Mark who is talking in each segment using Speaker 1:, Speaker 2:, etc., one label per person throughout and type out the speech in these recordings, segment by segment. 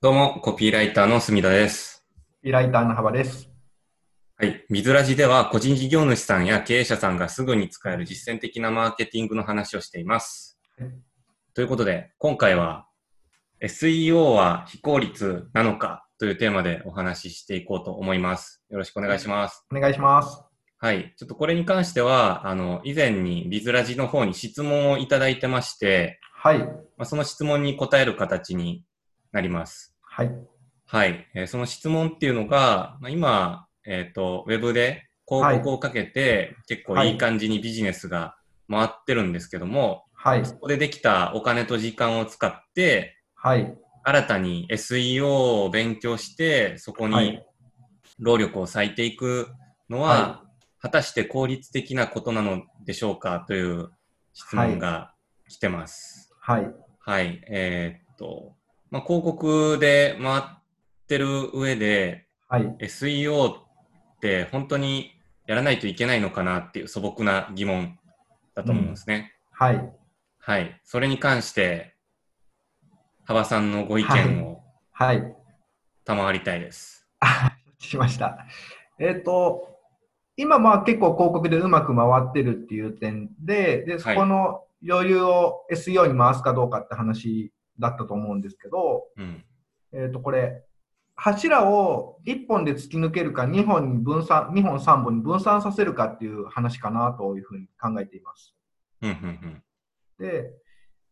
Speaker 1: どうも、コピーライターの隅田です。
Speaker 2: ピーライターの幅です。
Speaker 1: はい。ビズラジでは、個人事業主さんや経営者さんがすぐに使える実践的なマーケティングの話をしています
Speaker 2: はい。
Speaker 1: ということで、今回は、SEO は非効率なのかというテーマでお話ししていこうと思います。よろしくお願いします。
Speaker 2: お願いします。
Speaker 1: はい。ちょっとこれに関しては、あの、以前にビズラジの方に質問をいただいてまして、
Speaker 2: はい。
Speaker 1: まあ、その質問に答える形になります。
Speaker 2: はい。
Speaker 1: はい、えーその質問っていうのが、まあ、今、えっ、と、ウェブで広告をかけて、結構いい感じにビジネスが回ってるんですけども、
Speaker 2: はい。
Speaker 1: そこでできたお金と時間を使って、
Speaker 2: はい。
Speaker 1: 新たに SEO を勉強して、そこ
Speaker 2: は
Speaker 1: に
Speaker 2: い
Speaker 1: 労力を割いていくのは、
Speaker 2: は
Speaker 1: 果たして効率的なことなのでしょうかという質問が来てます。
Speaker 2: はい。
Speaker 1: はい、えーっと、まあ、広告で回ってる上で、
Speaker 2: はい。
Speaker 1: SEO って本当にやらないといけないのかなっていう素朴な疑問だと思うんですね。
Speaker 2: はい。
Speaker 1: はい、それに関して、幅さんのご意
Speaker 2: はい
Speaker 1: 見を
Speaker 2: はい。
Speaker 1: 賜りたいです。
Speaker 2: あ、しました。えっ、と、今まあ結構広告でうまく回ってるっていう点で、で、そこの余裕を SEO に回すかどうかって話だったと思うんですけど、
Speaker 1: うん、
Speaker 2: えっ、と、これ、柱を1本で突き抜けるか2本に分散、2本3本に分散させるかっていう話かなというふうに考えています。
Speaker 1: うん、うん、
Speaker 2: で、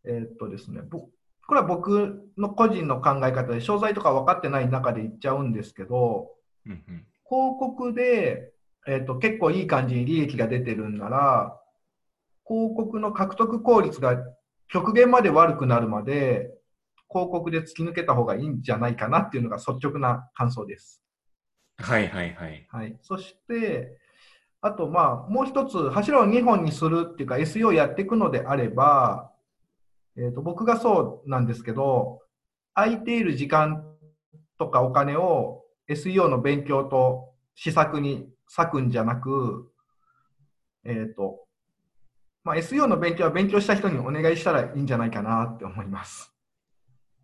Speaker 2: えーっとですね、ぼこれは僕の個人の考え方で、詳細とか分かってない中で言っちゃうんですけど、
Speaker 1: うん、うん、うん
Speaker 2: 広告で、えーっと結構いい感じに利益が出てるんなら、広告の獲得効率が極限まで悪くなるまで、広告で突き抜けた方がいいんじゃないかなっていうのが率直な感想です。
Speaker 1: はい、はい、はい。
Speaker 2: はい、そして、あと、まあ、もう一つ、柱を2本にするっていうか、SEO やっていくのであれば、えー、と僕がそうなんですけど、空いている時間とかお金を SEO の勉強と施策に割くんじゃなく、えーとまあ、SEO の勉強は勉強した人にお願いしたらいいんじゃないかなって思います。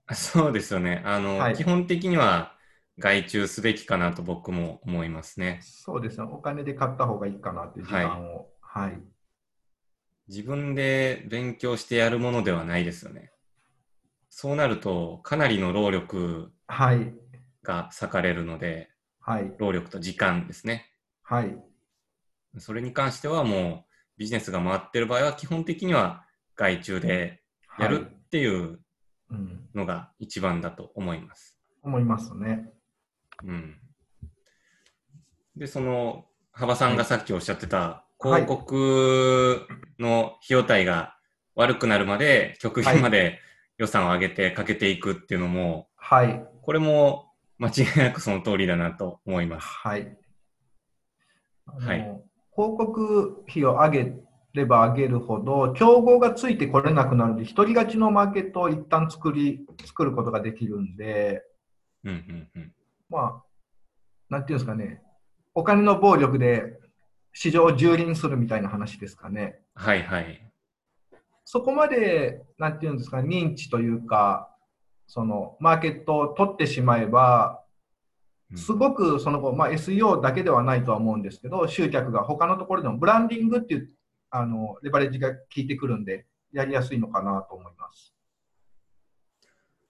Speaker 1: あそうですよね。あの、
Speaker 2: はい
Speaker 1: 基本的には外注すべきかなと僕も思いますね。
Speaker 2: そうですね、お金で買った方がいいかなっていう時間を。はい
Speaker 1: 自分で勉強してやるものではないですよね。そうなると、かなりの労力
Speaker 2: はい、
Speaker 1: が割かれるので、
Speaker 2: はい、
Speaker 1: 労力と時間ですね。
Speaker 2: はい、
Speaker 1: それに関してはもう、ビジネスが回ってる場合は、基本的には外注でや
Speaker 2: はい
Speaker 1: るっていう
Speaker 2: うん、
Speaker 1: のが一番だと思います。
Speaker 2: 思いますね。
Speaker 1: うん。で、その、幅さんがさっきおっしゃってた、
Speaker 2: はい
Speaker 1: 広告の費用対が悪くなるまで、極限まで予算を上げてかけていくっていうのも、
Speaker 2: はい。
Speaker 1: これも間違いなくその通りだなと思います。
Speaker 2: はい。あの
Speaker 1: はい
Speaker 2: 広告費を上げれば上げるほど、競合がついてこれなくなるので、一人勝ちのマーケットを一旦作り、作ることができるんで、
Speaker 1: うんうんうん。
Speaker 2: まあ、なんていうんですかね、お金の暴力で市場を蹂躙するみたいな話ですかね。
Speaker 1: はいはい。
Speaker 2: そこまで、なんていうんですか、認知というか、その、マーケットを取ってしまえば、
Speaker 1: うん
Speaker 2: すごくその後、まあ、SEO だけではないとは思うんですけど、集客が他のところでもブランディングっていうあのレバレッジが効いてくるんで、やりやすいのかなと思います。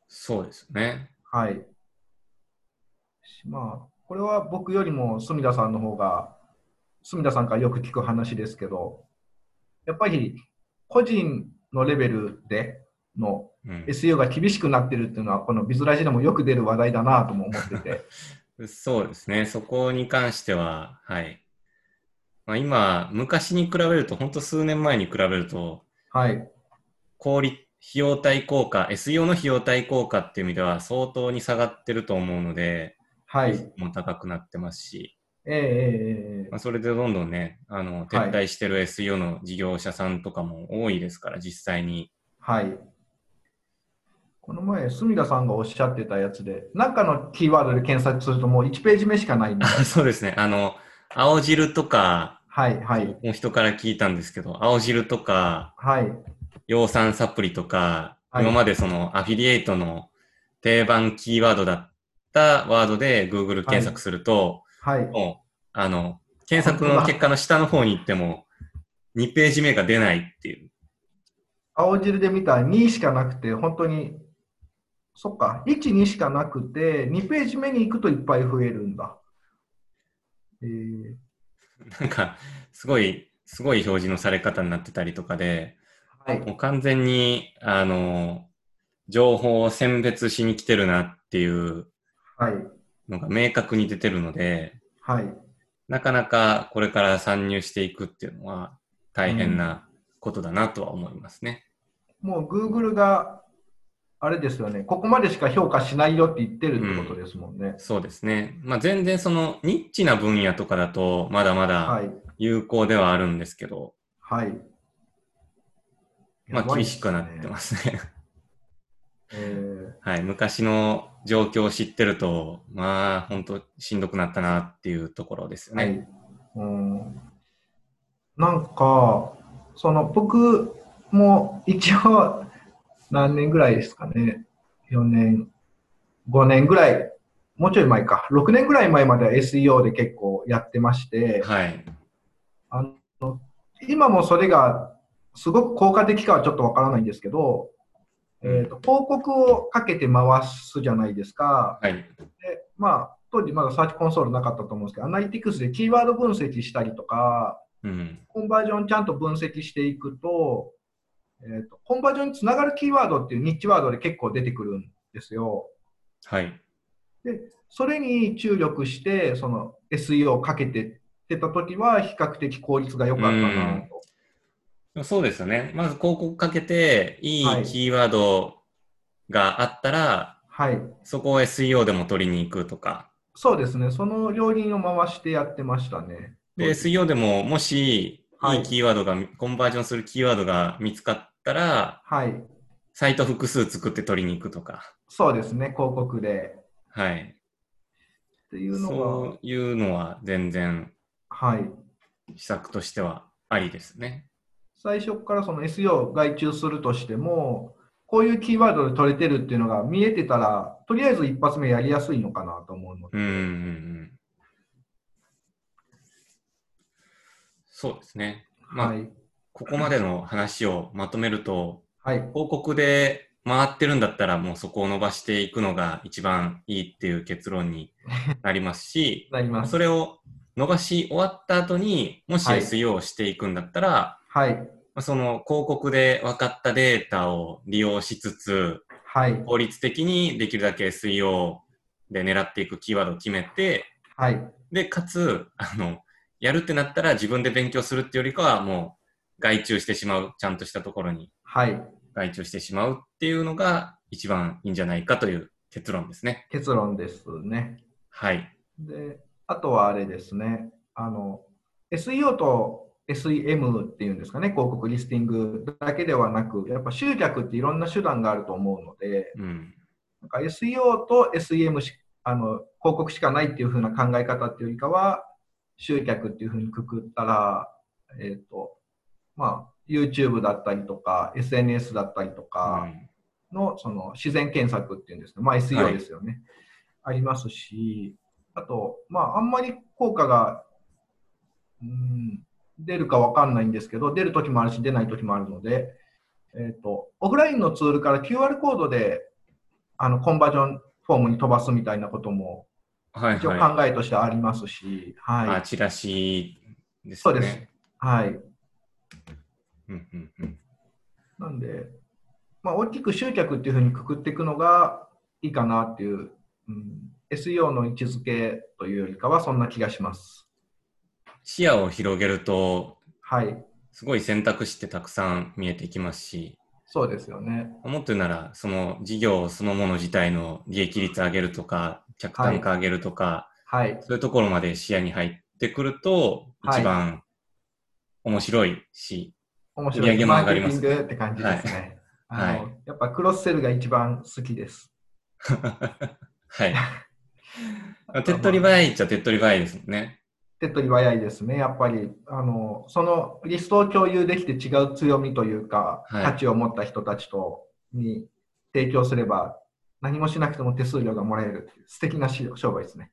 Speaker 1: そうですね。
Speaker 2: はい。まあ、これは僕よりも隅田さんの方が、隅田さんからよく聞く話ですけど、やっぱり個人のレベルでの
Speaker 1: うん、
Speaker 2: SEO が厳しくなってるっていうのは、このビズラジでもよく出る話題だなとも思って て。
Speaker 1: そうですね。そこに関しては、はい。まあ、今、昔に比べると、本当数年前に比べると、
Speaker 2: はい。
Speaker 1: 効率、費用対効果、SEO の費用対効果っていう意味では相当に下がってると思うので、
Speaker 2: はい。
Speaker 1: もう高くなってますし、
Speaker 2: ええええええ
Speaker 1: まあ、それでどんどんね、あの、撤退してる SEO の事業者さんとかも多いですから、実際に。
Speaker 2: はい。この前、隅田さんがおっしゃってたやつで、なんかのキーワードで検索するともう1ページ目しかないん で。
Speaker 1: あそうですね。あの、青汁とか、
Speaker 2: はい、はい、
Speaker 1: もう人から聞いたんですけど、青汁とか、
Speaker 2: はい、
Speaker 1: 養蚕サプリとか、
Speaker 2: はい
Speaker 1: 今までそのアフィリエイトの定番キーワードだったワードで Google 検索すると、
Speaker 2: はい。
Speaker 1: もう、あの、検索の結果の下の方に行っても、2ページ目が出ないっていう。
Speaker 2: 青汁で見た2しかなくて、本当に、そっか、1、2しかなくて、2ページ目に行くといっぱい増えるんだ。えー
Speaker 1: なんか、すごい、すごい表示のされ方になってたりとかで、
Speaker 2: はい。
Speaker 1: もう完全に、あの、情報を選別しに来てるなっていう
Speaker 2: はい。
Speaker 1: のが明確に出てるので、
Speaker 2: はい。
Speaker 1: なかなかこれから参入していくっていうのは大変なことだなとは思いますね。
Speaker 2: もう Google が、あれですよね、ここまでしか評価しないよって言ってるってことですもんね。
Speaker 1: そうですね。まあ全然そのニッチな分野とかだとまだま
Speaker 2: は
Speaker 1: だ
Speaker 2: い。
Speaker 1: 有効ではあるんですけど、
Speaker 2: はい。
Speaker 1: まあ厳しくなって
Speaker 2: す。
Speaker 1: ますね。
Speaker 2: えー
Speaker 1: はい。昔の状況を知ってると、まあ本当しんどくなったなっていうところですよ
Speaker 2: は
Speaker 1: ね。
Speaker 2: い。うん。なんか、その、僕も一応、何年ぐらいですかね。4年、5年ぐらい、もうちょい前か。6年ぐらい前までは SEO で結構やってまして、
Speaker 1: はい。
Speaker 2: あの今もそれがすごく効果的かはちょっとわからないんですけど、えー、と広告をかけて回すじゃないですか。
Speaker 1: はい。
Speaker 2: でまあ、当時まだサーチコンソールなかったと思うんですけど、アナリティクスでキーワード分析したりとか、
Speaker 1: うん。
Speaker 2: コンバージョンちゃんと分析していくと、えー、とコンバージョンにつながるキーワードっていうニッチワードで結構出てくるんですよ。
Speaker 1: はい。
Speaker 2: それに注力して、その SEO をかけてってた時は比較的効率が良かったなと。
Speaker 1: そうですよね。まず広告かけて、い
Speaker 2: はい
Speaker 1: いキーワードがあったら、
Speaker 2: はい。
Speaker 1: そこを SEO でも取りに行くとか。
Speaker 2: そうですね、その両輪を回してやってましたね。
Speaker 1: で、SEO でももし、
Speaker 2: はい
Speaker 1: いいキーワードが、コンバージョンするキーワードが見つかったら、
Speaker 2: はい、
Speaker 1: サイト複数作って取りに行くとか。
Speaker 2: そうですね、広告で。
Speaker 1: はい。
Speaker 2: っていうの
Speaker 1: そういうのは全然
Speaker 2: が、はい、
Speaker 1: 施策としてはありですね。
Speaker 2: 最初からその SEO を外注するとしても、こういうキーワードで取れてるっていうのが見えてたら、とりあえず一発目やりやすいのかなと思うので、
Speaker 1: うんうんうん。そうですね。まあ、
Speaker 2: はい、
Speaker 1: ここまでの話をまとめると、
Speaker 2: はい、
Speaker 1: 広告で回ってるんだったらもうそこを伸ばしていくのが一番いいっていう結論になりますし
Speaker 2: なります。
Speaker 1: それを伸ばし終わった後にもし
Speaker 2: はい
Speaker 1: SEO をしていくんだったら、
Speaker 2: はい、
Speaker 1: まあその広告で分かったデータを利用しつつ
Speaker 2: はい、
Speaker 1: 効率的にできるだけ SEO で狙っていくキーワードを決めて
Speaker 2: はい、
Speaker 1: でかつあのやるってなったら自分で勉強するっていうよりかはもう外注してしまうちゃんとしたところに
Speaker 2: はい、
Speaker 1: 外注してしまうっていうのが一番いいんじゃないかという結論ですね。
Speaker 2: 結論ですね。
Speaker 1: はい。
Speaker 2: で、あとはあれですね、あの、SEO と SEM っていうんですかね、広告リスティングだけではなく、やっぱ集客っていろんな手段があると思うので、
Speaker 1: うん。
Speaker 2: なんか SEO と SEM しあの、広告しかないっていう風な考え方っていうよりかは、集客っていう風にくくったら、えっ、と、まあ、YouTube だったりとか、SNS だったりとか、
Speaker 1: うん
Speaker 2: のその自然検索っていうんですけど、まあ、
Speaker 1: は
Speaker 2: SEO
Speaker 1: い
Speaker 2: ですよね、ありますし、あと、まあ、あんまり効果が、うん、出るかわかんないんですけど、出るときもあるし、出ないときもあるので、えっと、オフラインのツールから QR コードであのコンバージョンフォームに飛ばすみたいなことも、
Speaker 1: はい
Speaker 2: 一応
Speaker 1: は。
Speaker 2: 考えとしてありますし、はいい、
Speaker 1: あ、チラシです
Speaker 2: そ
Speaker 1: ね。
Speaker 2: うです。はい、
Speaker 1: うんうんうん。
Speaker 2: なんで、まあ、大きく集客っていうふうにくくっていくのがいいかなっていう、うん、SEO の位置づけというよりかはそんな気がします。
Speaker 1: 視野を広げると、
Speaker 2: はい、
Speaker 1: すごい選択肢ってたくさん見えてきますし、
Speaker 2: そうですよね。
Speaker 1: もっと言うなら、その事業そのもの自体の利益率上げるとか、客単価上げるとか、
Speaker 2: はい、
Speaker 1: そういうところまで視野に入ってくると、
Speaker 2: はい
Speaker 1: 一番面白いし、
Speaker 2: 面白い。
Speaker 1: 売り上げも上がります
Speaker 2: マーケティングって感じですね。
Speaker 1: はい
Speaker 2: あの
Speaker 1: は
Speaker 2: やっぱクロスセルが一番好きです。
Speaker 1: はい。手っ取り早いっちゃ手っ取り早いですもんね。
Speaker 2: 手っ取り早いですね、やっぱりあのそのリストを共有できて違う強みというか、
Speaker 1: はい
Speaker 2: 価値を持った人たちとに提供すれば何もしなくても手数料がもらえるっていう素敵なし商売ですね。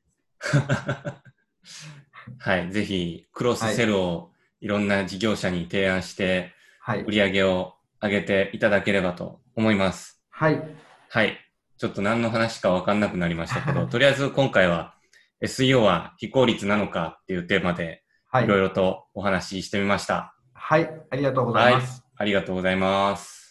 Speaker 1: はい、ぜひクロスセルをいろんな事業者に提案して、
Speaker 2: はい
Speaker 1: 売。り上げを上げていただければと思います。
Speaker 2: はい。
Speaker 1: はい。ちょっと何の話かわかんなくなりました けど、とりあえず今回は SEO は非効率なのかっていうテーマで
Speaker 2: はい
Speaker 1: いろいろとお話ししてみました。
Speaker 2: はい。ありがとうございます。
Speaker 1: ありがとうございます。